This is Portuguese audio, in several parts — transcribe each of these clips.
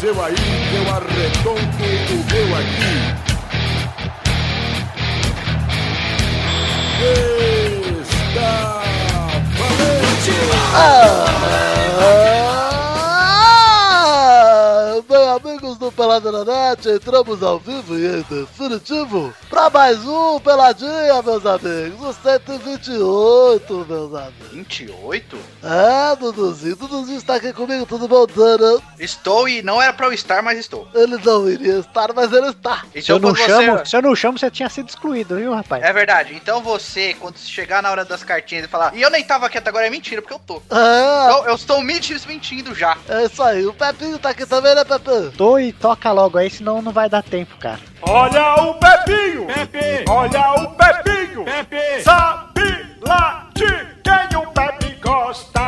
seu aí, eu arredonto o meu aqui. Está valente! Ah, Bem, amigos do Pelada na Net, entramos ao vivo e em definitivo pra mais um Peladinha, meus amigos. O 128, meus amigos. 28? É, Duduzinho. Duduzinho está aqui comigo, tudo bom, Dana? Estou e não era pra eu estar, mas estou. Ele não iria estar, mas ele está. Se eu, Então não quando chamo, você... se eu não chamo, você tinha sido excluído, viu, rapaz? É verdade. Então você, quando chegar na hora das cartinhas e falar, e eu nem tava aqui até agora, é mentira, porque eu tô. É, Então eu estou me desmentindo já. é isso aí. O Pepinho tá aqui também, né, Pepinho? Tô e toca logo aí, senão não vai dar tempo, cara. Olha o Pepinho! Olha o Pepinho! Sabe lá de quem o Pepe gosta?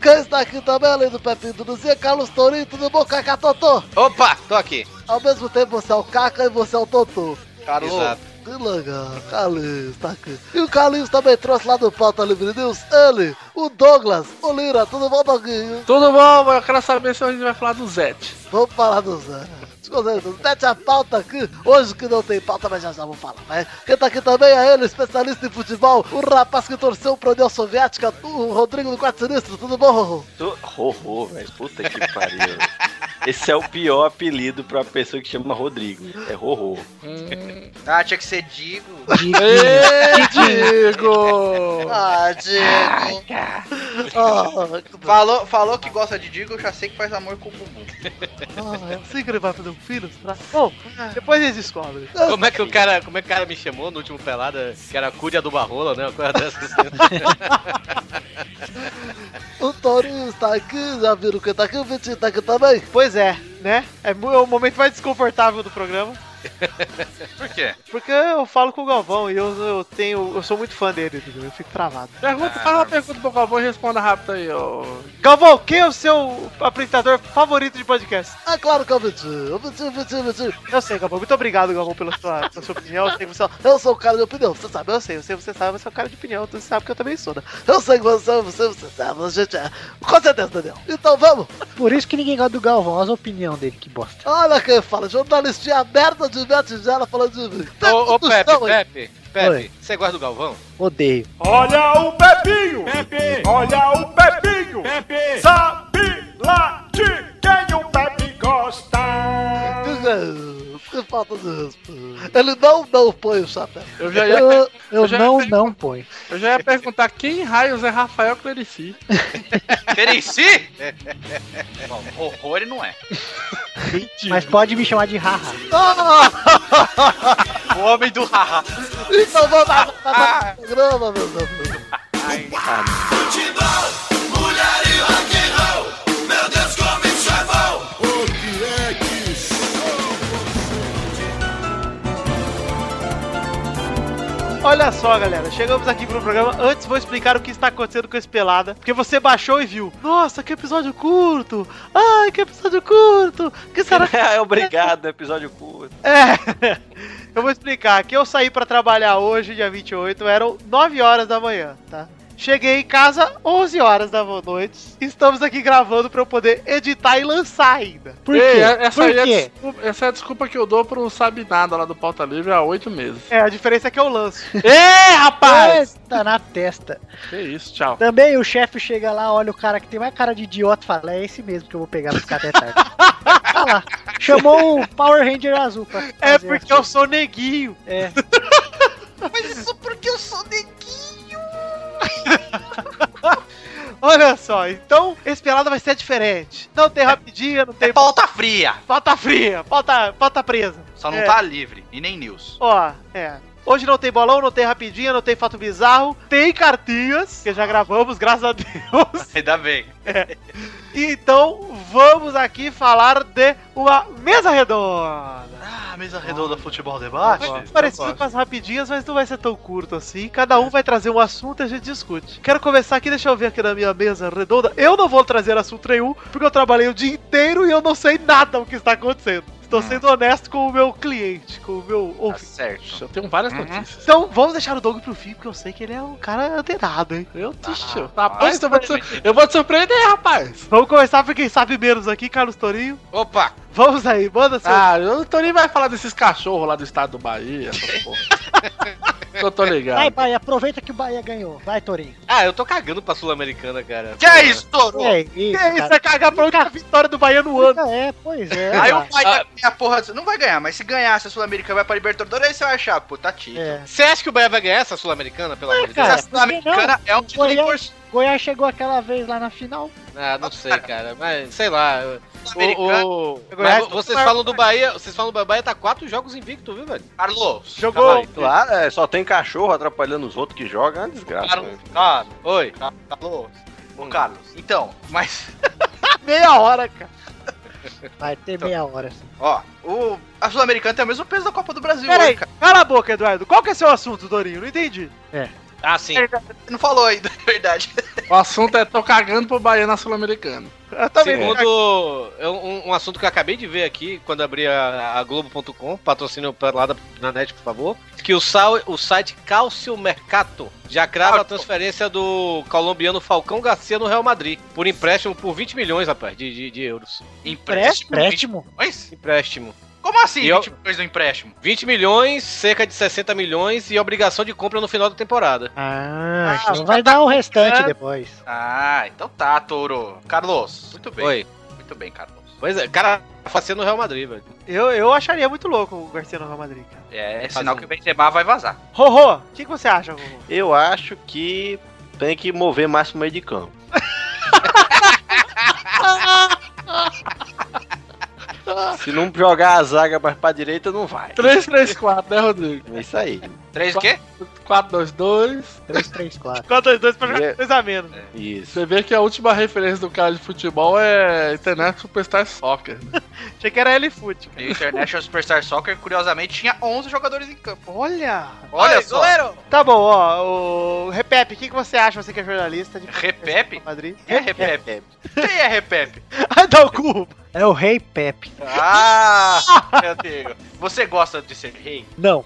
Quem está aqui também, além do Pepinho e Duduzinho, é Carlos Tourinho, tudo bom, Cacá Totô? Opa, tô aqui. Ao mesmo tempo, você é o Caca e você é o Totô. Alô? Exato. Que legal, Carlinhos tá aqui. E o Carlinhos também trouxe lá do Pauta Livre News ele, o Douglas, o Lira, tudo bom, Doguinho? Tudo bom, mas eu quero saber se a gente vai falar do Zete. Vamos falar do Zé. Desconcentra, Mete a pauta aqui. Hoje que não tem pauta, mas já já vou falar. Mas quem tá aqui também é ele, especialista em futebol, o rapaz que torceu pra União Soviética, o Rodrigo do Quarto Sinistro. Tudo bom, Rorô? Tu... Rorô, velho. Puta que pariu. Esse é o pior apelido pra uma pessoa que chama Rodrigo. É Rorô. Ah, tinha que ser Digo. Ê, Diego! Ah, Diego. Ah, que bom. Falou, falou que gosta de Digo, eu já sei que faz amor com o Bumbum. Ah, é assim que ele vai fazer um filho? Será? Bom, depois eles descobrem. Como é que o cara, como é que o cara me chamou no último pelada? Que era Cúdia do Barrola, né? Uma coisa dessas. O Torinho está aqui, já viram quem tá aqui, o Vitinho tá aqui também. Pois é, né? É mu- é o momento mais desconfortável do programa. Por quê? Porque eu falo com o Galvão e eu, eu tenho. Eu sou muito fã dele, entendeu? Eu fico travado. Pergunta, faz uma pergunta pro Galvão e responda rápido aí, ô. Galvão, quem é o seu apresentador favorito de podcast? É claro que é o Vitinho, o Vitinho, Vitinho, Vitinho. Eu sei, Galvão. Muito obrigado, Galvão, pela sua, pela sua opinião. Eu sei que você é Eu sou o cara de opinião, você sabe, eu sei, eu sei, você sabe, você é um cara de opinião, você sabe que eu também sou, né? Eu sei que você, é, você, você sabe, a gente é. Com certeza, Daniel. Então vamos. Por isso que ninguém gosta do Galvão, as opiniões dele, que bosta. Olha quem fala. Jornalistinha aberta de minha tigela falando de mim. Tá ô, ô tudo Pepe, chão, hein? Pepe, Pepe, Oi. você gosta do Galvão? Odeio. Olha o Pepinho! Olha o Pepinho! Sabe lá de quem o Pepe gosta? Que- Que falta de respeito. Ele não, não põe o chapéu. Eu já ia, Eu, eu eu já não, ia não, pô. eu já ia perguntar quem raios é Rafael Clerici. Terenci? Bom, horror ele não é. Mas pode me chamar de Raha. Ah, O homem do haha. então vamos lá para o programa, meu Deus. Ah. O que é que Olha só, galera, chegamos aqui pro programa. Antes vou explicar o que está acontecendo com esse pelada, porque você baixou e viu. Nossa, que episódio curto! Ai, que episódio curto! Que será que É, obrigado, episódio curto. é? Eu vou explicar. Que eu saí pra trabalhar hoje, dia 28, eram 9 horas da manhã, tá? Cheguei em casa 11 horas da noite. Estamos aqui gravando pra eu poder editar e lançar ainda. Por Ei, quê? essa, Por aí é a quê? desculpa- essa é a desculpa que eu dou pro Sabe Nada lá do Pauta Livre há oito meses. É, a diferença é que eu lanço. Ê, rapaz! Tá na testa. É, Que isso, tchau. Também o chefe chega lá, olha o cara que tem mais cara de idiota e fala: É esse mesmo que eu vou pegar pra ficar até tarde. Olha lá. Chamou o Power Ranger azul pra É fazer porque eu sou neguinho. É. Mas isso porque eu sou neguinho. Olha só, então esse pelada vai ser diferente. Não tem rapidinha, não tem É Pauta fria. Pauta fria, pauta, pauta presa. Só não É. tá livre. E nem news. Ó, é. Hoje não tem bolão, não tem rapidinha, não tem fato bizarro, tem cartinhas, que já gravamos, graças a Deus. Ainda bem. E Então vamos aqui falar de uma mesa redonda. Ah, mesa redonda futebol debate? Vai ser Parecido com as rapidinhas, mas não vai ser tão curto assim. Cada um vai trazer um assunto e a gente discute. Quero começar aqui, deixa eu ver aqui na minha mesa redonda. Eu não vou trazer assunto nenhum, porque eu trabalhei o dia inteiro e eu não sei nada o que está acontecendo. Estou sendo honesto com o meu cliente, com o meu Hum. Tá ouvinte. certo. Eu tenho várias Uhum. notícias. Então vamos deixar o Doug pro fim, porque eu sei que ele é um cara antenado, hein? Eu, ixi, rapaz, eu vou, te, sur- eu vou te surpreender, rapaz. Vamos começar por quem sabe menos aqui, Carlos Torinho. Opa! Vamos aí, manda seu. Ah, o Toninho vai falar desses cachorros lá do estado do Bahia, essa porra. eu tô Vai, ligado. Bahia, aproveita que o Bahia ganhou. Vai, Torinho. Ah, eu tô cagando pra Sul-Americana, cara. Que é isso, Toro? É isso, que isso, cara. é cagar pra última vitória do Bahia no ano. Puta, É, pois é. Aí o Ah, cara. pai vai ganhar a porra. Não vai ganhar, mas se ganhar, se a Sul-Americana vai pra Libertadores, aí você vai achar, pô, tá título. É. Você acha que o Bahia vai ganhar essa Sul-Americana, pelo amor de Deus? cara. a Sul-Americana é um Tipo, título Goiás- importante. Goiás chegou aquela vez lá na final. Ah, não sei, cara. Mas, sei lá. Sul-Americana. O, o- Goiás- mas vocês falam do Bahia, vocês falam do Bahia, tá quatro jogos invicto, viu, velho? Tá Carlos, Jogou. Calma aí. Claro, é, só tem cachorro atrapalhando os outros que jogam, é uma desgraça. né? Carlos, Oi. Carlos, ô Carlos. Então, mas, Meia hora, cara. Vai ter Então, meia hora. assim. ó, o, a Sul-Americana tem o mesmo peso da Copa do Brasil Pera aí, hoje, cara. cala a boca, Eduardo. Qual que é seu assunto, Dorinho? Não entendi. Ah, sim. Você não falou ainda, é verdade. O assunto é tô cagando pro Bahia na Sul-Americana. Eu também não Segundo é um, um assunto que eu acabei de ver aqui quando abri a, a Globo.com, patrocínio para lá da na net, por favor, que o, sal, o site Calcio Mercato já crava a transferência do colombiano Falcão Garcia no Real Madrid por empréstimo por 20 milhões, rapaz, de, de, de euros. Empréstimo? Empréstimo? Mas, Empréstimo. como assim, E eu- 20 milhões do empréstimo? 20 milhões, cerca de 60 milhões e obrigação de compra no final da temporada. Ah, tá então vai dar o restante Ah. depois. Ah, então tá, Toro. Carlos, muito bem. Oi. Muito bem, Carlos. Pois é, cara, fazendo no Real Madrid, velho. Eu, eu acharia muito louco o Garcia no Real Madrid, cara. É, é Faz sinal um- que o Benzema vai vazar. Rorô, o que, que você acha, Rorô? Eu acho que tem que mover mais pro meio de campo. Se não jogar a zaga mais pra direita, não vai. 3-3-4, né, Rodrigo? É isso aí. 3 o quê? 4-2-2. 3, 3, 4. 4-2-2 pra jogar É. 2 a menos. Isso. Você vê que a última referência do cara de futebol é Internet Superstar Soccer. né? Achei que era ele fute. E o International Superstar Soccer, curiosamente, tinha 11 jogadores em campo. Olha! Olha só. Tá bom, ó. O Repep, o que, que você acha, você que é jornalista de Repep? Madrid? Quem é Repep? Quem é Repep? Ai, Ah, dá o cu! É o Rei Pepe. Ah, meu Deus. Você gosta de ser rei? Não.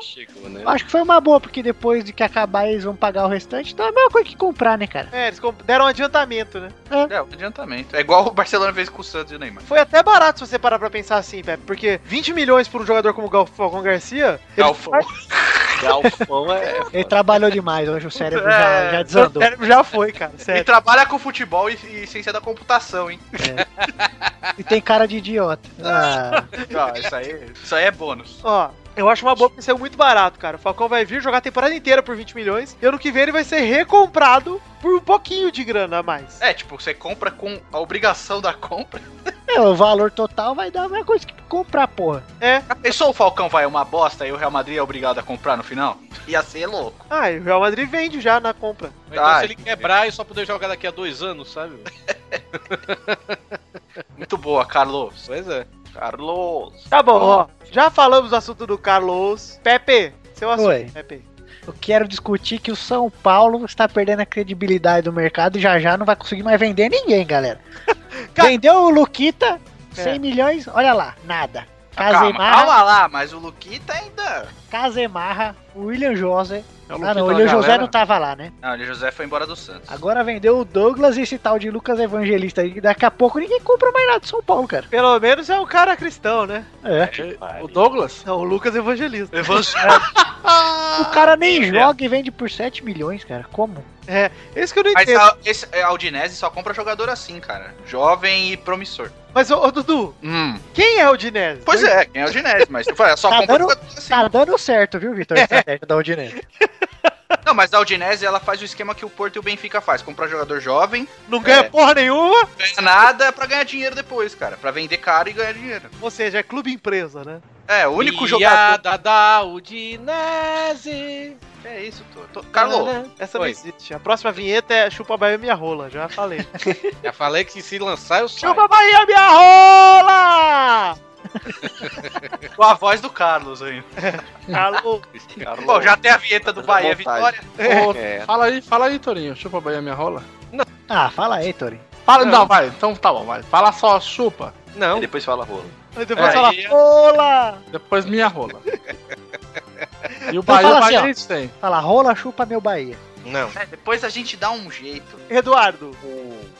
Chegou, né? Eu Acho que foi uma boa, porque depois de que acabar eles vão pagar o restante, então é a mesma coisa que comprar, né, cara? É, eles comp- deram um adiantamento, né? É, um adiantamento. É igual o Barcelona fez com o Santos e o Neymar. Foi até barato se você parar pra pensar assim, Pepe, porque 20 milhões por um jogador como o Gal- Falcão Garcia, Galfão. Galfão é. Ele trabalhou demais, hoje o cérebro É, já, já desandou. o já foi, cara, Ele sério. trabalha com futebol e, e ciência da computação, hein? E tem cara de idiota. Ah, Não, isso aí, isso aí é bônus. Ó, eu acho uma boa porque saiu muito barato, cara. O Falcão vai vir jogar a temporada inteira por 20 milhões, e ano que vem ele vai ser recomprado por um pouquinho de grana a mais. É, tipo, você compra com a obrigação da compra. é, o valor total vai dar a mesma coisa que comprar, porra. Pensou o Falcão vai uma bosta e o Real Madrid é obrigado a comprar no final? Ia ser louco. Ah, e o Real Madrid vende já na compra. Ou Então, Ai, se ele quebrar e só poder jogar daqui a dois anos, sabe? Muito boa, Carlos. Pois é. Carlos. Tá bom, ó. Já falamos do assunto do Carlos. Pepe, seu assunto, Oi. Pepe. Eu quero discutir que o São Paulo está perdendo a credibilidade do mercado e já já não vai conseguir mais vender ninguém, galera. Ca- Vendeu o Luquita, 100 É. milhões, olha lá, nada. Calma, Casemarra, calma lá, mas o Luquita ainda. Casemarra, William José. É o Ah, Luquita não, o da William José galera. não tava lá, né? Não, ele José foi embora do Santos. Agora vendeu o Douglas e esse tal de Lucas Evangelista aí. Daqui a pouco ninguém compra mais nada do São Paulo, cara. Pelo menos é um cara cristão, né? É. É, O Douglas? É o Lucas Evangelista. o cara nem joga e vende por 7 milhões, cara. Como? É, isso que eu não Mas entendo. a, esse, a Udinese só compra jogador assim, cara. Jovem e promissor. Mas, ô, ô, Dudu, Hum. quem é o Dinésio? Pois é, quem é o Udinese, mas eu falei, só Tá compra dando- jogador assim. Tá dando certo, viu, Vitor? A estratégia da Udinese. Não, mas a Udinese, ela faz o esquema que o Porto e o Benfica faz. Comprar jogador jovem, Não ganha É. porra nenhuma. ganha nada é pra ganhar dinheiro depois, cara. Pra vender caro e ganhar dinheiro. Ou seja, é clube empresa, né? É, o único jogador... Piada da né? Udinese. É isso, tô, tô- Carlos, Essa Oi. não existe. A próxima vinheta é Chupa Bahia Minha Rola, já falei. Já falei que se lançar eu saio. Chupa Bahia Minha Rola! com a voz do Carlos aí. Alô? Bom, já tem a vinheta do Bahia Vitória. então? É. Ô, Fala aí, fala aí, Torinho. Chupa a Bahia minha rola. Ah, fala aí, Tori. Fala, não. vai. Então tá bom, vai. Fala só, chupa. E Não. depois fala rolo. Aí depois É, fala, e- rola! Depois minha rola. E o Então Bahia, fala o Bahia assim, é ó. eles têm. Fala, rola, chupa meu Bahia. Não. É, depois a gente dá um jeito. Eduardo,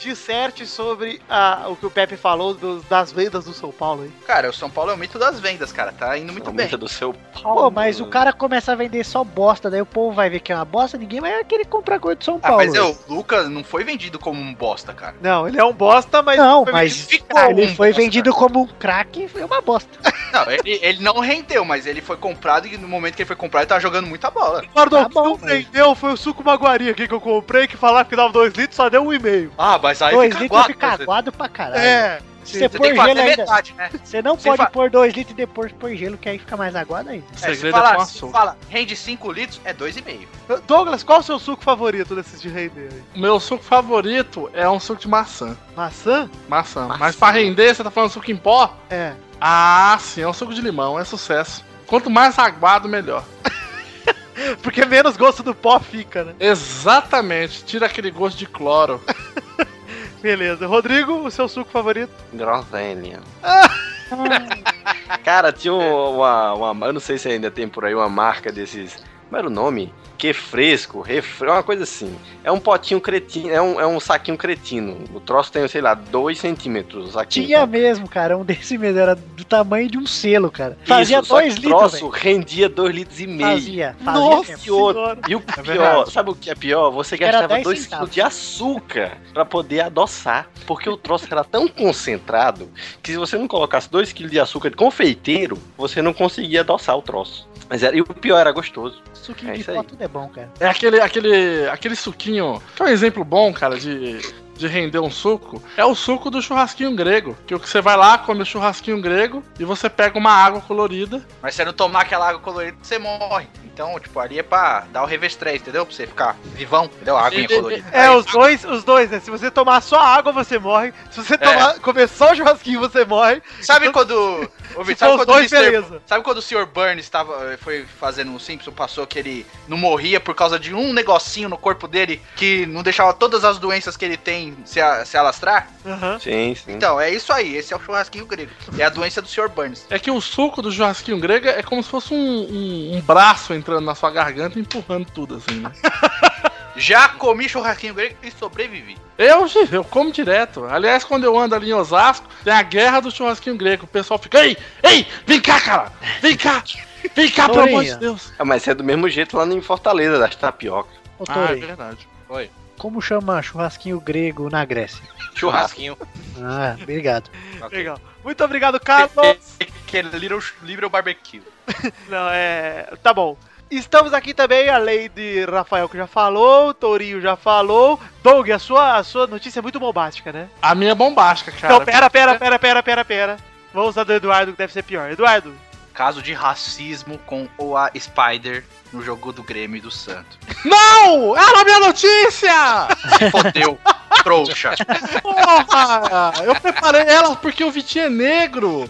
disserte sobre a- o que o Pepe falou dos- das vendas do São Paulo aí. Cara, o São Paulo é o mito das vendas, cara. Tá indo muito A bem. multa do seu Pô, mas o cara começa a vender só bosta, daí o povo vai ver que é uma bosta, ninguém vai querer comprar coisa de São Ah, Paulo. mas é, o Lucas não foi vendido como um bosta, cara. Não, ele é um bosta, mas. Não, foi mas ah, vendido- Ficou ele um né? foi bosta. vendido como um craque e foi uma bosta. Não, ele, ele não rendeu, mas ele foi comprado e no momento que ele foi comprado ele tava jogando muita bola. Eduardo, Tá o que não bom, mas- vendeu foi o suco maguari aqui que eu comprei, que falava que dava 2 litros, só deu 1,5. Ah, mas aí dois fica litros quatro. fica mas- aguado pra caralho. É. Se Você você pôr tem que fazer gelo ainda. metade, né? Você não Você pode fa- pôr dois litros e depois pôr gelo, que aí fica mais aguado ainda. O É, se segredo é, falar, com se açúcar. fala, rende 5 litros, é 2,5. Douglas, qual o seu suco favorito desses de render aí? Meu suco favorito é um suco de maçã. Maçã? Maçã. Mas pra render, você tá falando suco em pó? É. Ah, sim, é um suco de limão, é sucesso. Quanto mais aguado, melhor. Porque menos gosto do pó fica, né? Exatamente, tira aquele gosto de cloro. Beleza. Rodrigo, o seu suco favorito? Groselha. Ah. Cara, tinha um- uma, uma. Eu não sei se ainda tem por aí uma marca desses. Como era o nome? Que fresco, refresco, uma coisa assim. É um potinho cretino, é um, é um saquinho cretino. O troço tem, sei lá, 2 centímetros. o Saquinho, Tinha mesmo, cara, um desse mesmo, era do tamanho de um selo, cara. Isso, Fazia só que dois O litros, troço velho. rendia 2 litros e meio. Fazia, fazia mesmo. E, outro- e o pior, verdade. sabe o que é pior? Você Era 10 gastava 2 centavos. quilos de açúcar pra poder adoçar, porque o troço era tão concentrado que se você não colocasse 2 quilos de açúcar de confeiteiro, você não conseguia adoçar o troço. Mas era, e o pior era gostoso. Suquinho É de isso aí. pó tudo é bom, cara. É aquele, aquele, aquele suquinho, que é um exemplo bom, cara, de, de render um suco. É o suco do churrasquinho grego. Que o que você vai lá, come o churrasquinho grego e você pega uma água colorida. Mas se você não tomar aquela água colorida, você morre. Então, tipo, ali é pra dar o revés 3, entendeu? Pra você ficar vivão, entendeu? A água Entendi. colorida. É, os dois, os dois, né? Se você tomar só água, você morre. Se É. você tomar, comer só o churrasquinho, você morre. Sabe quando. Ô, Se Vitor, sabe for os quando o dois, Mr. beleza. Sabe quando o Sr. Burns tava, foi fazendo um Simpson, passou que ele não morria por causa de um negocinho no corpo dele que não deixava todas as doenças que ele tem se, a- se alastrar? Aham. Sim, sim. Então, é isso aí, esse é o churrasquinho grego. É a doença do Sr. Burns. É que o suco do churrasquinho grego é como se fosse um, um- um braço entrando na sua garganta e empurrando tudo, assim, né? Já comi churrasquinho grego e sobrevivi. Eu, gi- eu como direto. Aliás, quando eu ando ali em Osasco, tem a guerra do churrasquinho grego. O pessoal fica, ei, ei, vem cá, cara! Vem cá! Vem cá, pelo amor de Lourinha. Deus! Ah, mas é do mesmo jeito lá em Fortaleza, das tapioca. Ô, Ah, é Torei, verdade. como chama churrasquinho grego na Grécia? Churrasco. Churrasquinho. Ah, obrigado. Legal. Muito obrigado, Carlos. Que é Little, little Barbecue. Não, é. Tá bom. Estamos aqui também, além de Rafael que já falou, Tourinho já falou. Doug, a sua, a sua notícia é muito bombástica, né? A minha é bombástica, cara. Então, pera, pera, pera, pera, pera, pera. Vamos a do Eduardo, que deve ser pior. Eduardo, Caso de racismo com o a Spider no jogo do Grêmio e do Santos. Não! Era a minha notícia! Fodeu, trouxa. Porra! Eu preparei ela porque o Vitinho é negro!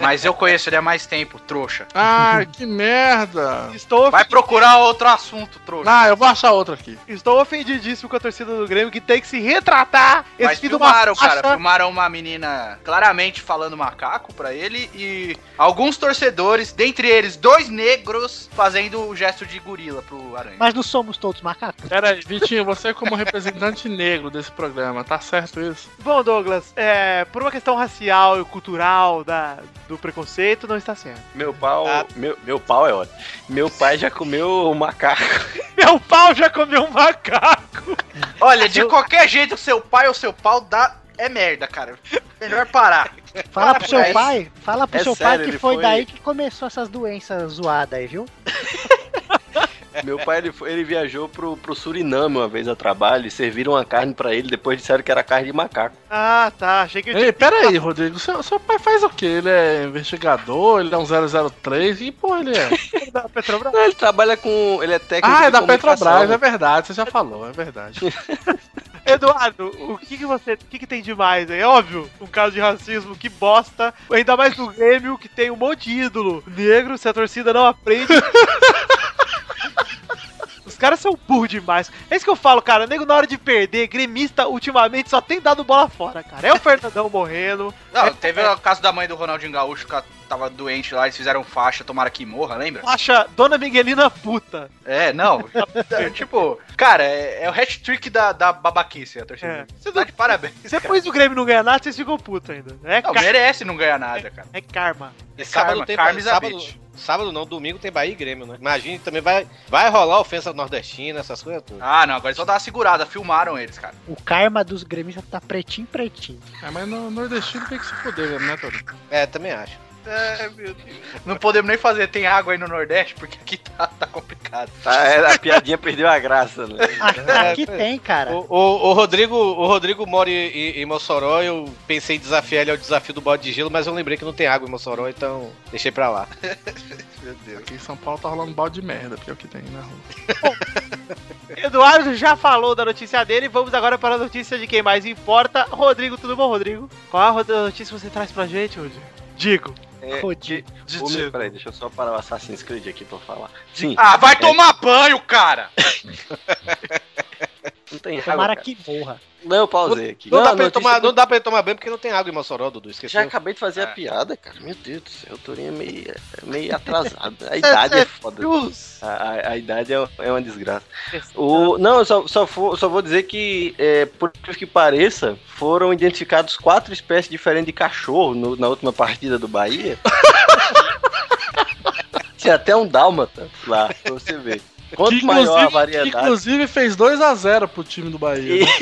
Mas eu conheço ele há mais tempo, trouxa. Ai, que merda! estou, Vai procurar outro assunto, trouxa. Ah, eu vou achar outra aqui. estou ofendidíssimo com a torcida do Grêmio, que tem que se retratar. Mas Eles filhos de uma filmaram, cara. faixa- Filmaram uma menina claramente falando macaco pra ele e alguns torcedores, dentre eles dois negros, fazendo o gesto de gorila pro Aranha. Mas não somos todos macacos? Pera aí, Vitinho, você como representante negro desse programa, tá certo isso? Bom, Douglas, é, por uma questão racial e cultural da, do preconceito, não está certo. Meu pau. Ah. Meu, meu pau é ótimo. Meu pai já comeu o macaco. Meu pau já comeu um macaco. Olha, de qualquer jeito, seu pai ou seu pau dá. É merda, cara. Melhor parar. Fala pro seu É isso. pai, fala pro É seu sério, pai que ele foi foi- daí que começou essas doenças zoadas aí, viu? Meu pai, ele, foi- ele viajou pro, pro Suriname uma vez a trabalho e serviram uma carne pra ele, depois disseram que era carne de macaco. Ah, tá. Achei que eu Ei, pera aí, Rodrigo, seu, seu pai faz o quê? Ele é investigador, ele é um 003, e porra ele é? tinha da Petrobras. Ele trabalha com. Ele é técnico Ah, é de da comunicação. Petrobras, é verdade, você já falou, é verdade. Eduardo, o que, que você. O que, que tem demais aí? É óbvio, um caso de racismo, que bosta. Ainda mais no Grêmio, que tem um monte de ídolo negro, se a torcida não aprende. Os Os caras são burros demais. É isso que eu falo, cara. Nego, na hora de perder, gremista ultimamente só tem dado bola fora, cara. É o Fernandão morrendo. Não, é, teve o caso da mãe do Ronaldinho Gaúcho que ela tava doente lá, eles fizeram faixa, tomara que morra, lembra? Acha Dona Miguelina puta. É, não. É, tipo, cara, é, é o hat-trick da, da babaquice, a torcida. É. Você tá de parabéns. Você cara. pôs o Grêmio não ganhar nada, vocês ficam putos ainda. É, Não, car- merece não ganhar nada, cara. é karma. E sábado Karma, tem Karma sábado, Isabete. sábado não, domingo tem Bahia e Grêmio, né? Imagina, também vai, vai rolar ofensa nordestina, essas coisas todas. Ah, não, agora eles vão dar uma segurada, filmaram eles, cara. O karma dos gremistas tá pretinho, pretinho. É, mas no nordestino tem que se foder mesmo, né, Tony? É, também acho. É, meu Deus. Não podemos nem fazer, tem água aí no Nordeste, porque aqui tá, tá complicado. Tá, é, a piadinha perdeu a graça, né? Aqui é. tem, cara. O, o- o Rodrigo, o Rodrigo mora em, em- em Mossoró, eu pensei em desafiar ele ao desafio do balde de gelo, mas eu lembrei que não tem água em Mossoró, então deixei pra lá. Aqui em São Paulo tá rolando balde de merda, porque é o que tem na rua. Eduardo já falou da notícia dele, vamos agora para a notícia de quem mais importa. Rodrigo, tudo bom, Rodrigo? Qual é a ro- notícia que você traz pra gente hoje? Digo. É, Rodinho. que- o meu- peraí, deixa eu só parar o Assassin's Creed aqui pra falar. Sim, Ah, É. vai tomar banho, cara! não tem água, Tomara cara. que morra. Não, eu pausei aqui. Não, dá, pra ele notícia tomar, do- não dá pra ele tomar banho porque não tem água em Mossoró, Dudu, Já esqueceu? acabei de fazer É. a piada, cara. Meu Deus do céu, eu tô meio, é meio atrasado. A idade é foda. Jus. A, a- a idade é, é uma desgraça. O, não, eu só, só, for- só vou dizer que, é, por incrível que pareça, foram identificados quatro espécies diferentes de cachorro no- na última partida do Bahia. Tinha até um dálmata lá, pra você ver. Quanto Que maior a inclusive- Que, variedade. inclusive fez 2x0 pro time do Bahia. né?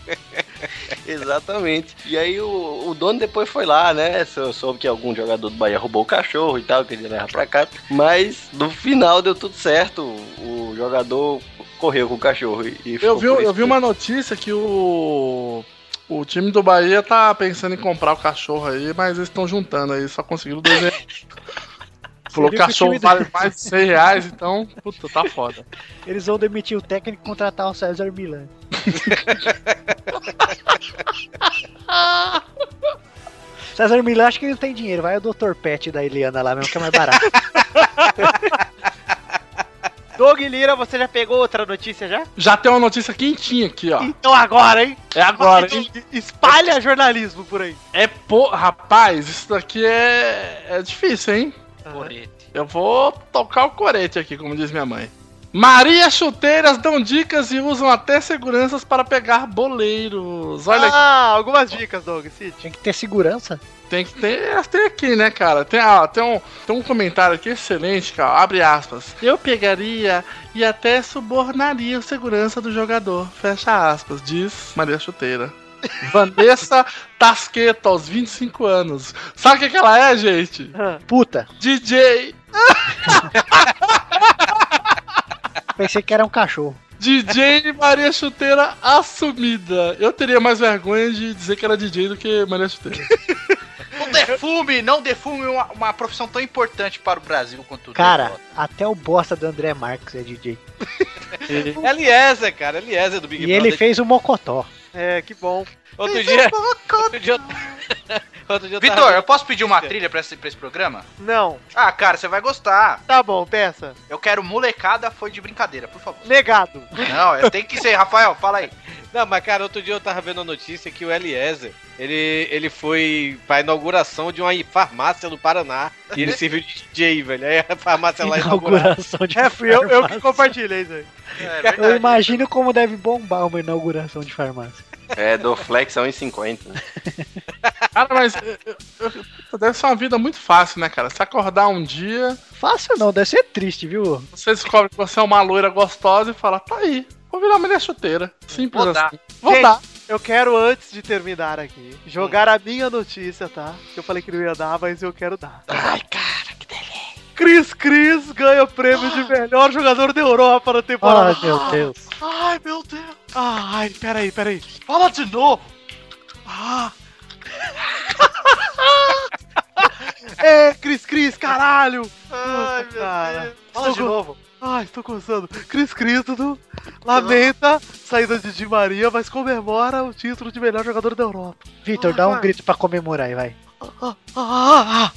Exatamente. E aí o, o dono depois foi lá, né? sou- Soube que algum jogador do Bahia roubou o cachorro e tal, que ele levar pra cá. Mas no final deu tudo certo. O jogador correu com o cachorro e, e Eu ficou vi, por isso eu vi mesmo. uma notícia que o. O time do Bahia tá pensando em comprar o cachorro aí, mas eles estão juntando aí, só conseguiram dois reais. Falou, Seria que o cachorro time do- vale mais de 100 reais, então, puta, tá foda. Eles vão demitir o técnico e contratar o César Milan. César Milan acho que ele não tem dinheiro. Vai o Dr. Pet da Eliana lá mesmo, que é mais barato. Doug Lira, você já pegou outra notícia já? Já tem uma notícia quentinha aqui, ó. Então agora, hein? É agora, hein? Espalha jornalismo por aí. É pô, rapaz, isso daqui é, é difícil, hein? Eu vou tocar o corete aqui, como diz minha mãe. Maria Chuteiras dão dicas e usam até seguranças para pegar boleiros. Olha, Ah, algumas dicas, Doug. Cite. Tinha que ter segurança. tem que ter. Tem aqui, né, cara? Tem, ó, tem, um, tem um comentário aqui excelente, cara. Abre aspas. Eu pegaria e até subornaria o segurança do jogador. Fecha aspas, diz Maria Chuteira. Vanessa Tasqueta, aos 25 anos. Sabe o que, que ela é, gente? Puta, DJ pensei que era um cachorro. DJ Maria Chuteira assumida. Eu teria mais vergonha de dizer que era DJ do que Maria Chuteira. Não defume, não defume uma, uma profissão tão importante para o Brasil quanto o Cara, Deus. até o bosta do André Marques é DJ. Eliezer, cara, Eliezer do Big E ele fez o Mocotó. É, que bom. Outro dia. Outro dia. outro dia eu tava- Vitor, eu posso pedir uma trilha pra esse, pra esse programa? Não. Ah, cara, você vai gostar. Tá bom, peça. Eu quero molecada, foi de brincadeira, por favor. Negado. Não, é- tem que ser, Rafael, fala aí. Não, mas cara, outro dia eu tava vendo a notícia que o Eliezer, ele, ele foi pra inauguração de uma farmácia no Paraná e ele serviu de DJ, velho. Aí a farmácia lá inaugurou. Inauguração de É, fui eu, eu que farmácia. compartilhei isso aí. É Eu verdade. imagino como deve bombar uma inauguração de farmácia. É, do Flex é 1,50. né? Cara, mas eu- eu- eu- deve ser uma vida muito fácil, né, cara? Se acordar um dia, Fácil não, deve ser triste, viu? você descobre que você é uma loira gostosa e fala, tá aí, vou virar Maria Chuteira. Simples Vou dar. assim. Vou Gente, dar. Eu quero, antes de terminar aqui, jogar a minha notícia, tá? Eu falei que não ia dar, mas eu quero dar. Ai, cara, que delícia. Cris Cris ganha o prêmio de melhor jogador da Europa na Ah, temporada. meu Deus. Ai, meu Deus. Ai, peraí, peraí. Fala de novo. Ah. é, Cris Cris, caralho. Ai, meu Deus. Fala de novo. Ai, estou coçando. Cris Cris, Dudu, lamenta a saída de Di Maria, mas comemora o título de melhor jogador da Europa. Vitor, dá um grito pra comemorar aí, vai. Ah, ah, ah.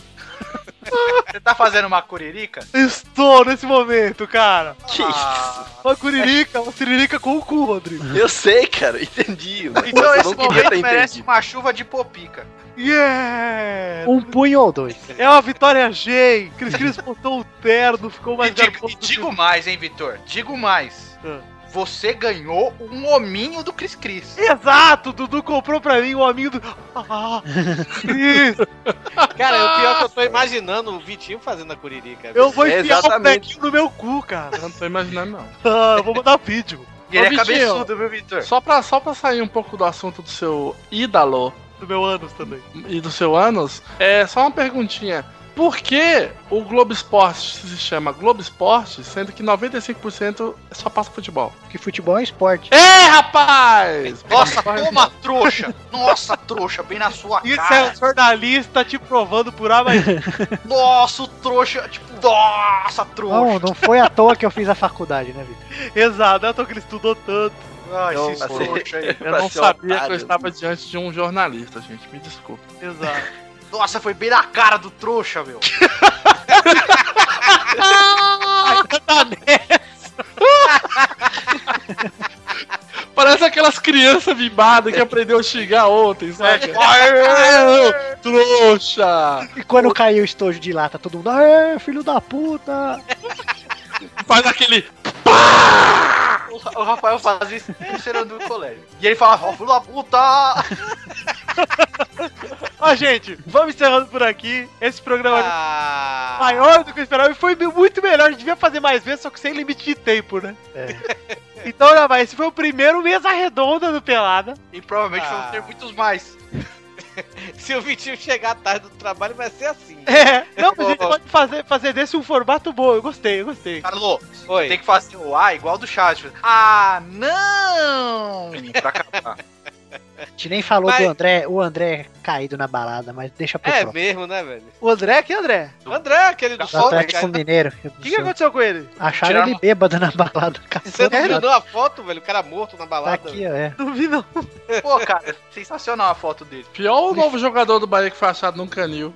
Você tá fazendo uma curirica? Ah, Estou nesse momento, cara. Que isso? Uma curirica, uma curirica com o cu, Rodrigo. Eu sei, cara, entendi. mas Então eu esse não queria momento ter merece entendido. uma chuva de popica. Yeah! Um punho ou dois. É uma vitória G. Cris Cris botou o terno, ficou E mais é digo, garboso e do que- digo mais, hein, Vitor? Digo mais. Ah. Você ganhou um hominho do Cris Cris. Exato, Dudu comprou pra mim o amigo do. Ah, Cris, Cara, o pior é que eu tô imaginando o Vitinho fazendo a curirica. eu vou É, enfiar o exatamente. pequinho no meu cu, cara. Eu não tô imaginando, não. Ah, eu vou mandar vídeo E ele é Vitinho. cabeçudo, viu, Vitor? Só pra, só pra sair um pouco do assunto do seu ídalo do meu ânus também. e do seu ânus, é só uma perguntinha. Por que o Globo Esporte se chama Globo Esporte, sendo que 95% só passa futebol? Porque futebol é esporte. É, rapaz! Nossa, toma trouxa! Nossa, trouxa, bem na sua Isso cara! é um jornalista te provando por A, mas Nossa, o trouxa! Tipo, nossa, trouxa! Não, não foi à toa que eu fiz a faculdade, né, Vitor? exato, é eu tô que ele estudou tanto. Ai, Então, esses pra ser- trouxa aí. Eu pra não ser um sabia que otário. eu estava diante de um jornalista, gente. Me desculpe. Exato. Nossa, foi bem na cara do trouxa, meu. Parece aquelas crianças mimadas que aprendeu a xingar ontem, É, sabe? Trouxa! E quando caiu o estojo de lata, todo mundo, "Aê, filho da puta! Faz aquele. O Ra- O Rafael fazia isso no serão do colégio. E ele falava, ó, filho da puta! Ó, gente, vamos encerrando por aqui. Esse programa é Ah, maior do que eu esperava e foi muito melhor. A gente devia fazer mais vezes, só que sem limite de tempo, né? Então, já vai. Esse foi o primeiro mesa redonda do Pelada. E provavelmente Ah. vamos ter muitos mais. se o Vitinho chegar tarde do trabalho, vai ser assim. É. Não, mas a gente Boa. pode fazer, fazer desse um formato bom. Eu gostei, eu gostei. Carlo, Oi. tem que fazer o A igual do chat. Ah, não! Pra acabar. A gente nem falou Mas- do André, o André é caído na balada, mas deixa pro É próximo. mesmo, né, velho? O André, que André? André, aquele do Do fogo, Atlético cara. um Mineiro. O que, que aconteceu com ele? Acharam Tiraram ele bêbado na balada. Você Caçando não tá mandou a foto, velho? O cara morto na é balada. aqui, ó. É. Não vi, não. Ah, Pô, cara, sensacional a foto dele. Pior o novo jogador do Bahia que foi achado num canil.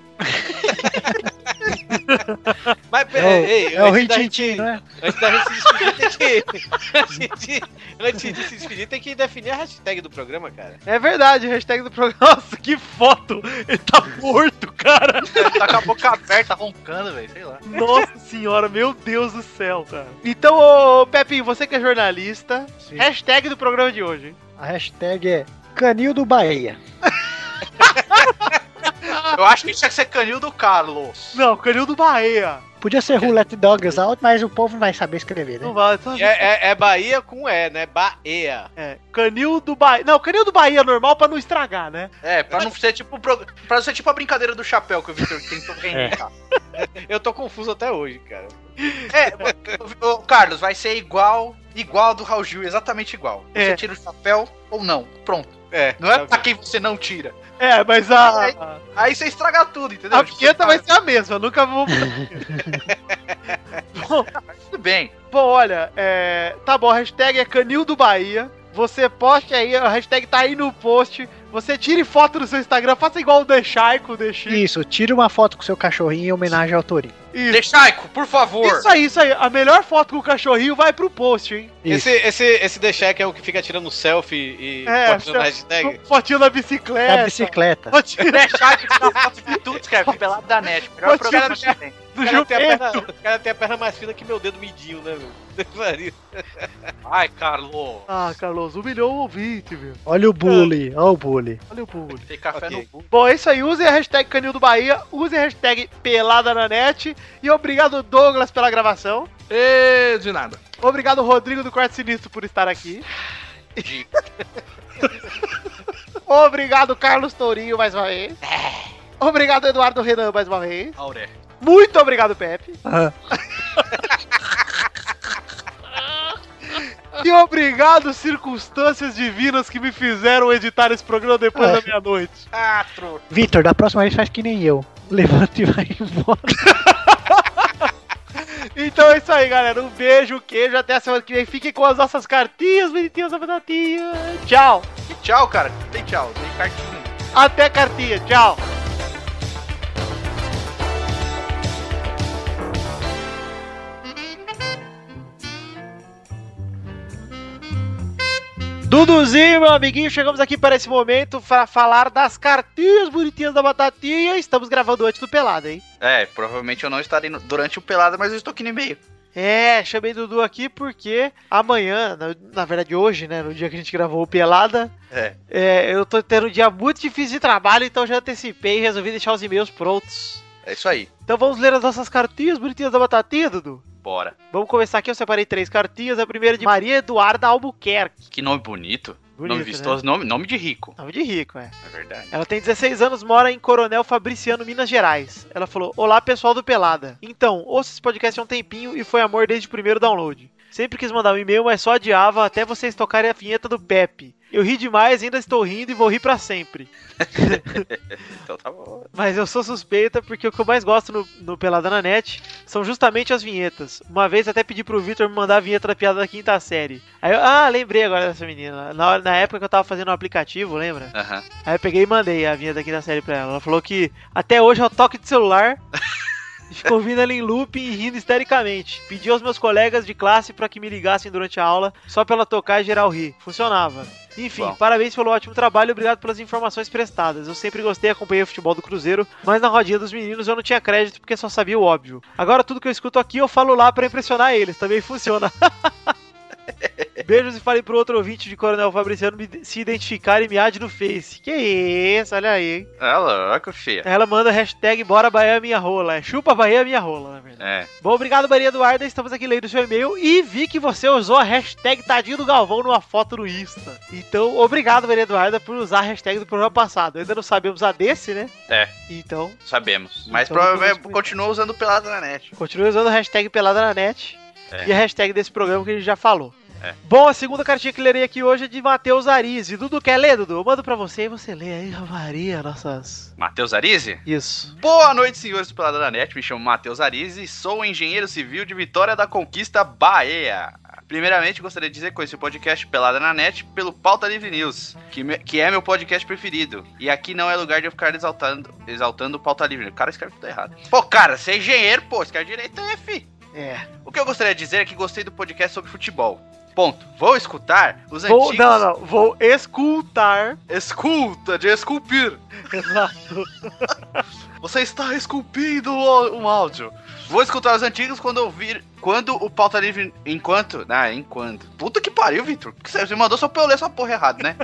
Mas É o, peraí, ei, é o antes da Rintin gente- Tin, não é? Antes da gente se despedir, tem que. antes de- Antes de se despedir, tem que definir a hashtag do programa, cara. É verdade, hashtag do programa. Nossa, que foto! Ele tá morto, cara! Ele tá com a boca aberta, roncando, velho, sei lá. Nossa senhora, meu Deus do céu, cara. Então, ô Pepinho, você que é jornalista, Sim. hashtag do programa de hoje. hein? A hashtag é Canil do Bahia. Eu acho que tinha que ser canil do Carlos. Não, Canil do Bahia. Podia ser Roulette Dogs Out, mas o povo não vai saber escrever, né? Não vale, só E É, é- é Bahia com E, né? Bahia. É, canil do Bahia. Não, canil do Bahia é normal pra não estragar, né? É, pra não ser tipo o pro- pra não ser tipo a brincadeira do chapéu que o Victor tentou reinventar. É. Eu tô confuso até hoje, cara. É, o, o- o Carlos, vai ser igual, igual do Raul Gil, exatamente igual. Você É. tira o chapéu ou não, pronto. É, Não é tá pra bom. quem você não tira. É, mas É, a. Aí você estraga tudo, entendeu? A Tipo, vinheta tá, vai ser a mesma, nunca vou. bom, Tudo bem. bom, olha, é, tá bom, a hashtag é Canil do Bahia. Você poste aí, a hashtag tá aí no post. Você tire foto do seu Instagram, faça igual o The Shaico, o The Chico. Isso, tira uma foto com seu cachorrinho em homenagem ao Torinho. Isso. Deixaico, por favor. Isso aí, isso aí. A melhor foto com o cachorrinho vai pro post, hein? Esse, esse, esse The Shack é o que fica tirando selfie e É, postando só- hashtag. Fotinho na É, bicicleta. a então. bicicleta. Fotinho Deixaico na foto de tudo, cara, com pelado da net. Melhor Pode programa tirar. que tem. do O cara, tem a Gilberto. perna, o cara tem a perna mais fina que meu dedo midinho, né, meu? Ai, Carlos. Ah, Carlos, humilhou o ouvinte, meu. Olha o bully, olha o bully. Olha o bullying. Tem café Ok. no cu. Bom, é isso aí. Usem a hashtag Canil do Bahia, usem a hashtag Pelada na Net. E obrigado, Douglas, pela gravação. E de nada. Obrigado, Rodrigo do Quarto Sinistro, por estar aqui. De- obrigado, Carlos Tourinho, mais uma vez. Obrigado, Eduardo Renan, mais uma vez. É. Auré. Muito obrigado, Pepe. E obrigado, circunstâncias divinas que me fizeram editar esse programa depois da meia-noite. Ah, trouxa. Vitor, da próxima vez faz que nem eu. Levanta e vai embora. Então é isso aí, galera. Um beijo, queijo. Até a semana que vem. Fiquem com as nossas cartinhas, bonitinhas, batatinhas. Tchau. E tchau, cara. Tem tchau. Tem cartinha. Até cartinha. Tchau. Duduzinho, meu amiguinho, chegamos aqui para esse momento para falar das cartinhas bonitinhas da batatinha. Estamos gravando antes do pelado, hein? É, provavelmente eu não estarei no- durante o pelada, mas eu estou aqui no e-mail. É, chamei Dudu aqui porque amanhã, na, na verdade hoje, né, no dia que a gente gravou o Pelada, É. é, eu tô tendo um dia muito difícil de trabalho, então já antecipei e resolvi deixar os e-mails prontos. É isso aí. Então vamos ler as nossas cartinhas bonitinhas da batatinha, Dudu? Bora. Vamos começar aqui, eu separei três cartinhas. A primeira é de Maria Eduarda Albuquerque. Que nome bonito. Bonito, nome né? vistoso. Nome, nome de rico, Nome de rico, é. na verdade. Ela tem 16 anos, mora em Coronel Fabriciano, Minas Gerais. Ela falou: Olá, pessoal do Pelada. Então, ouço esse podcast há um tempinho e foi amor desde o primeiro download. Sempre quis mandar um e-mail, mas só adiava até vocês tocarem a vinheta do Pepe. Eu ri demais, ainda estou rindo e vou rir pra sempre. Então tá bom. Mas eu sou suspeita porque o que eu mais gosto no, no Pelada na Net são justamente as vinhetas. Uma vez até pedi pro Victor me mandar a vinheta da piada da quinta série. Aí eu, ah, lembrei agora dessa menina. Na, hora- na época que eu tava fazendo o aplicativo, lembra? Aham. Aí eu peguei e mandei a vinheta aqui da série pra ela. Ela falou que até hoje é o toque de celular. E ficou ouvindo ela em looping e rindo histericamente. Pedi aos meus colegas de classe pra que me ligassem durante a aula, só pra ela tocar e geral rir. Funcionava. Enfim, Bom. parabéns pelo ótimo trabalho e obrigado pelas informações prestadas. Eu sempre gostei e acompanhei o futebol do Cruzeiro, mas na rodinha dos meninos eu não tinha crédito porque só sabia o óbvio. Agora tudo que eu escuto aqui eu falo lá pra impressionar eles, também funciona. Beijos e falei pro outro ouvinte de Coronel Fabriciano me- se identificar e me ade no Face. Que isso, olha aí. hein? É louco, fia. Ela manda hashtag bora Bahia minha rola. É chupa Bahia minha rola, na verdade. É. Bom, obrigado Maria Eduarda, estamos aqui lendo seu e-mail e vi que você usou a hashtag Tadinho do Galvão numa foto no Insta. Então, obrigado Maria Eduarda por usar a hashtag do programa passado. Ainda não sabemos a desse, né? É. Então, Sabemos. Mas Então, vamos provavelmente explicar. continua usando pelada na net. Continue usando a hashtag pelada na net É. e a hashtag desse programa que a gente já falou. É. Bom, a segunda cartinha que lerei aqui hoje é de Matheus Arise. Dudu, quer ler, Dudu? Eu mando pra você e você lê aí, Ave Maria, nossas... Matheus Arise? Isso. Boa noite, senhores do Pelada da Net. Me chamo Matheus Arise, sou engenheiro civil de Vitória da Conquista, Bahia. Primeiramente, gostaria de dizer que conheci o podcast Pelada na Net pelo Pauta Livre News, que, me- que é meu podcast preferido. E aqui não é lugar de eu ficar exaltando, exaltando o Pauta Livre. O cara escreve tudo errado. Pô, cara, você é engenheiro, pô, escreve direito aí, fi. É. O que eu gostaria de dizer é que gostei do podcast sobre futebol. Ponto. Vou escutar os Vou, antigos... não, não, vou escutar. Escuta, de esculpir. Exato. Você está esculpindo o- um áudio. Vou escutar os antigos quando ouvir. Quando o pauta livre. Enquanto. Ah, enquanto. Puta que pariu, Vitor. Por que Você você mandou só pra eu ler essa porra errada, né?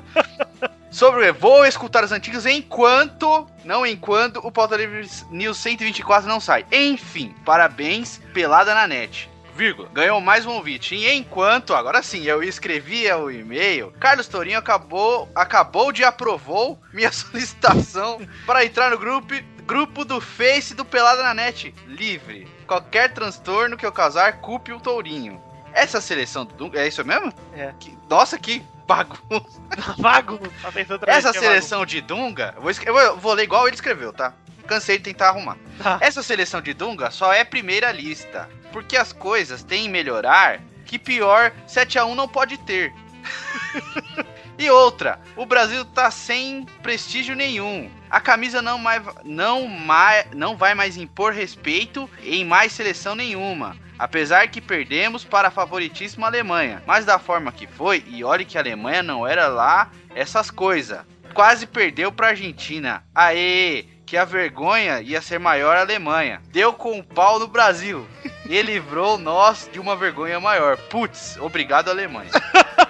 Sobre o vou escutar os antigos enquanto. Não enquanto o pauta livre News 124 não sai. Enfim, parabéns, pelada na net. Vírgula, ganhou mais um ouvinte. E enquanto, agora sim, eu escrevia o e-mail, Carlos Tourinho acabou, acabou de aprovou minha solicitação para entrar no grupo, grupo do Face do Pelada na Net, livre. Qualquer transtorno que eu causar, culpe o Tourinho. Essa seleção do Dunga, é isso mesmo? É. Que- nossa, que bagunça. Vago. Tá pensando outra vez Essa que é seleção de Dunga, eu vou, escre- eu vou- eu vou ler igual ele escreveu, tá? Cansei de tentar arrumar. Tá. Essa seleção de Dunga só é primeira lista, porque as coisas têm melhorar que pior 7 a 1 não pode ter. E outra, o Brasil tá sem prestígio nenhum. A camisa não, mai, não, mai, não vai mais impor respeito em mais seleção nenhuma. Apesar que perdemos para a favoritíssima Alemanha. Mas da forma que foi, e olha que a Alemanha não era lá essas coisas. Quase perdeu pra Argentina. Aê! Que a vergonha ia ser maior a Alemanha. Deu com o pau no Brasil. E livrou nós de uma vergonha maior. Putz, obrigado, Alemanha.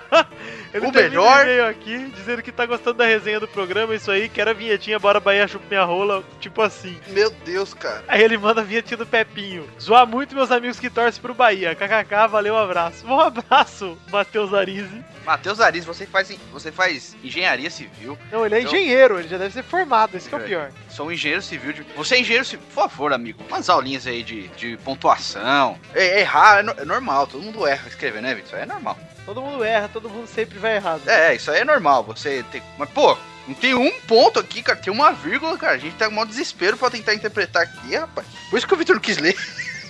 vago. Eu o termino melhor- e-mail aqui dizendo que tá gostando da resenha do programa, isso aí, quero a vinhetinha, bora Bahia, chupa minha rola, tipo assim. Meu Deus, cara. Aí ele manda a vinheta do Pepinho. Zoar muito meus amigos que torcem pro Bahia. KKK, valeu, abraço. Um abraço, Matheus Arise. Matheus Aris, você faz, você faz engenharia civil. Não, ele é Eu- engenheiro, ele já deve ser formado, esse que é o Então- É. pior. Sou um engenheiro civil. De... Você é engenheiro civil, por favor, amigo. Umas aulinhas aí de, de pontuação. É- errar é, no- é normal, todo mundo erra escrever, né, Vitor? É normal. Todo mundo erra, todo mundo sempre vai errado. É, é, isso aí é normal. Você tem. Mas, pô, não tem um ponto aqui, cara. Tem uma vírgula, cara. A gente tá com maior desespero pra tentar interpretar aqui, rapaz. Por isso que o Vitor não quis ler.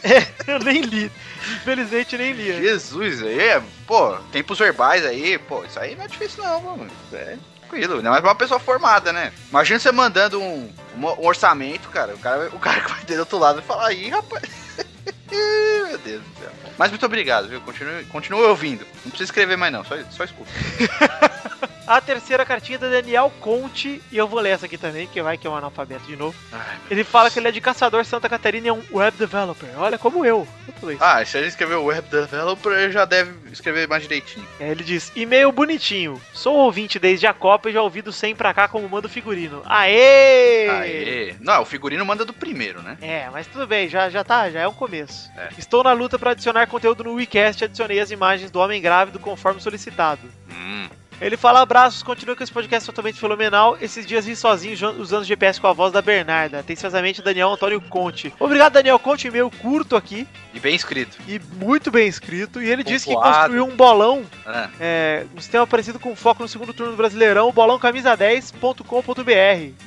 Eu nem li. Infelizmente, nem li. Jesus, aí é. Pô, tempos verbais aí, pô, isso aí não é difícil não, mano. Isso É tranquilo, ainda mais pra uma pessoa formada, né? Imagina você mandando um, uma- um orçamento, cara. O cara, o cara que vai ter do outro lado vai falar, aí, rapaz. Ih, Meu Deus do céu. Mas muito obrigado, viu? Continue, continue ouvindo. Não precisa escrever mais, não. Só, só escuta. A terceira cartinha é da Daniel Conte, e eu vou ler essa aqui também, que vai que é um analfabeto de novo. ele fala que ele é de Caçador Santa Catarina e é um web developer. Olha, como eu. Eu falei isso. Ah, se ele escreveu web developer, ele já deve escrever mais direitinho. É, Ele diz: e-mail bonitinho. Sou ouvinte desde a Copa e já ouvi do 100 pra cá como manda o figurino. Aê! Aê. Não, o figurino manda do primeiro, né? É, mas tudo bem, já, já tá, já é um começo. Estou na luta pra adicionar conteúdo no WeCast e adicionei as imagens do homem grávido conforme solicitado. Hum. Ele fala abraços, continua com esse podcast totalmente fenomenal. Esses dias vim sozinho jo- usando GPS com a voz da Bernarda. Atenciosamente, Daniel Antônio Conte. Obrigado, Daniel Conte, e-mail curto aqui E bem escrito. e muito bem escrito. E ele disse que Pontuado. construiu um bolão, Ah. é, um sistema parecido com o foco no segundo turno do Brasileirão, bolãocamisa10.com.br.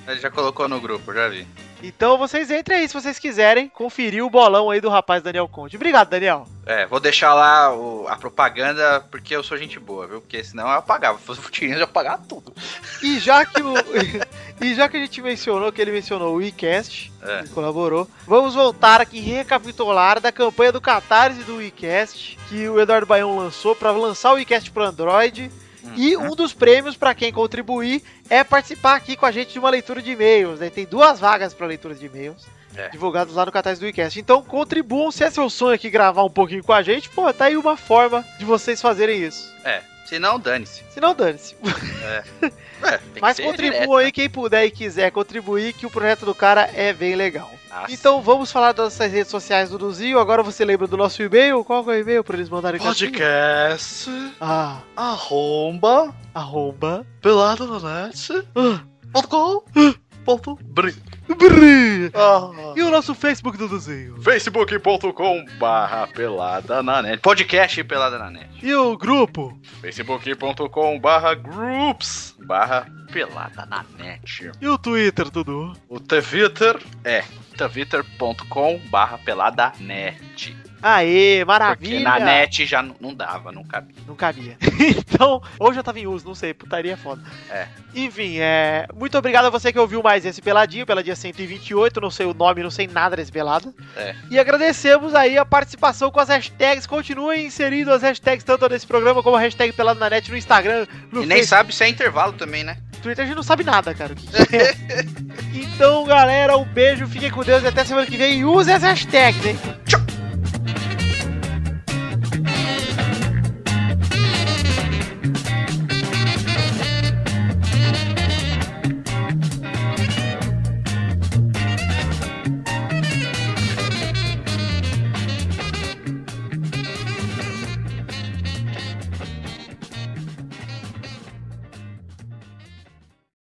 Ele já colocou no grupo, já vi. Então vocês entrem aí se vocês quiserem conferir o bolão aí do rapaz Daniel Conte. Obrigado, Daniel. É, vou deixar lá o- a propaganda porque eu sou gente boa, viu? Porque senão eu apagava. Se fosse o Tirinhas, eu apagava tudo. E já que o. e já que a gente mencionou, que ele mencionou o WeCast, É. que colaborou, vamos voltar aqui e recapitular da campanha do Catarse do WeCast, que o Eduardo Baião lançou para lançar o WeCast para Android. Uhum. E um dos prêmios para quem contribuir é participar aqui com a gente de uma leitura de e-mails. Né? Tem duas vagas para leitura de e-mails. É. Divulgados lá no Catarse do WeCast. Então contribuam, se é seu sonho aqui gravar um pouquinho com a gente, pô, tá aí uma forma de vocês fazerem isso. É, se não, dane-se. Se não, dane-se. É, tem Mas que ser contribua direto, né? aí quem puder e quiser contribuir, que o projeto do cara é bem legal. Nossa. Então vamos falar das nossas redes sociais do Duzinho. Agora você lembra do nosso e-mail? Qual que é o e-mail pra eles mandarem cartinha? Podcast Ah, arromba arromba. peladonet.com.br Ah. E o nosso Facebook do Duzinho? né? facebook.com barra pelada na net podcast pelada na net E o grupo? facebook.com barra groups barra pelada na net E o Twitter, Dudu? o twitter é twitter.com barra pelada net Aê, porque maravilha! na net já n- não dava, não cabia Não cabia. então, ou já tava em uso, não sei, putaria é foda. É. Enfim, é. Muito obrigado a você que ouviu mais esse Peladinho, Peladinha 128, não sei o nome, não sei nada desse pelado. É. E agradecemos aí a participação com as hashtags. Continuem inserindo as hashtags tanto nesse programa como a hashtag Pelado na Net no Instagram, no e nem Facebook, sabe se é intervalo também, né? Twitter, a gente não sabe nada, cara. o que que é. então, galera, um beijo, fiquem com Deus e até semana que vem. E usem as hashtags, hein?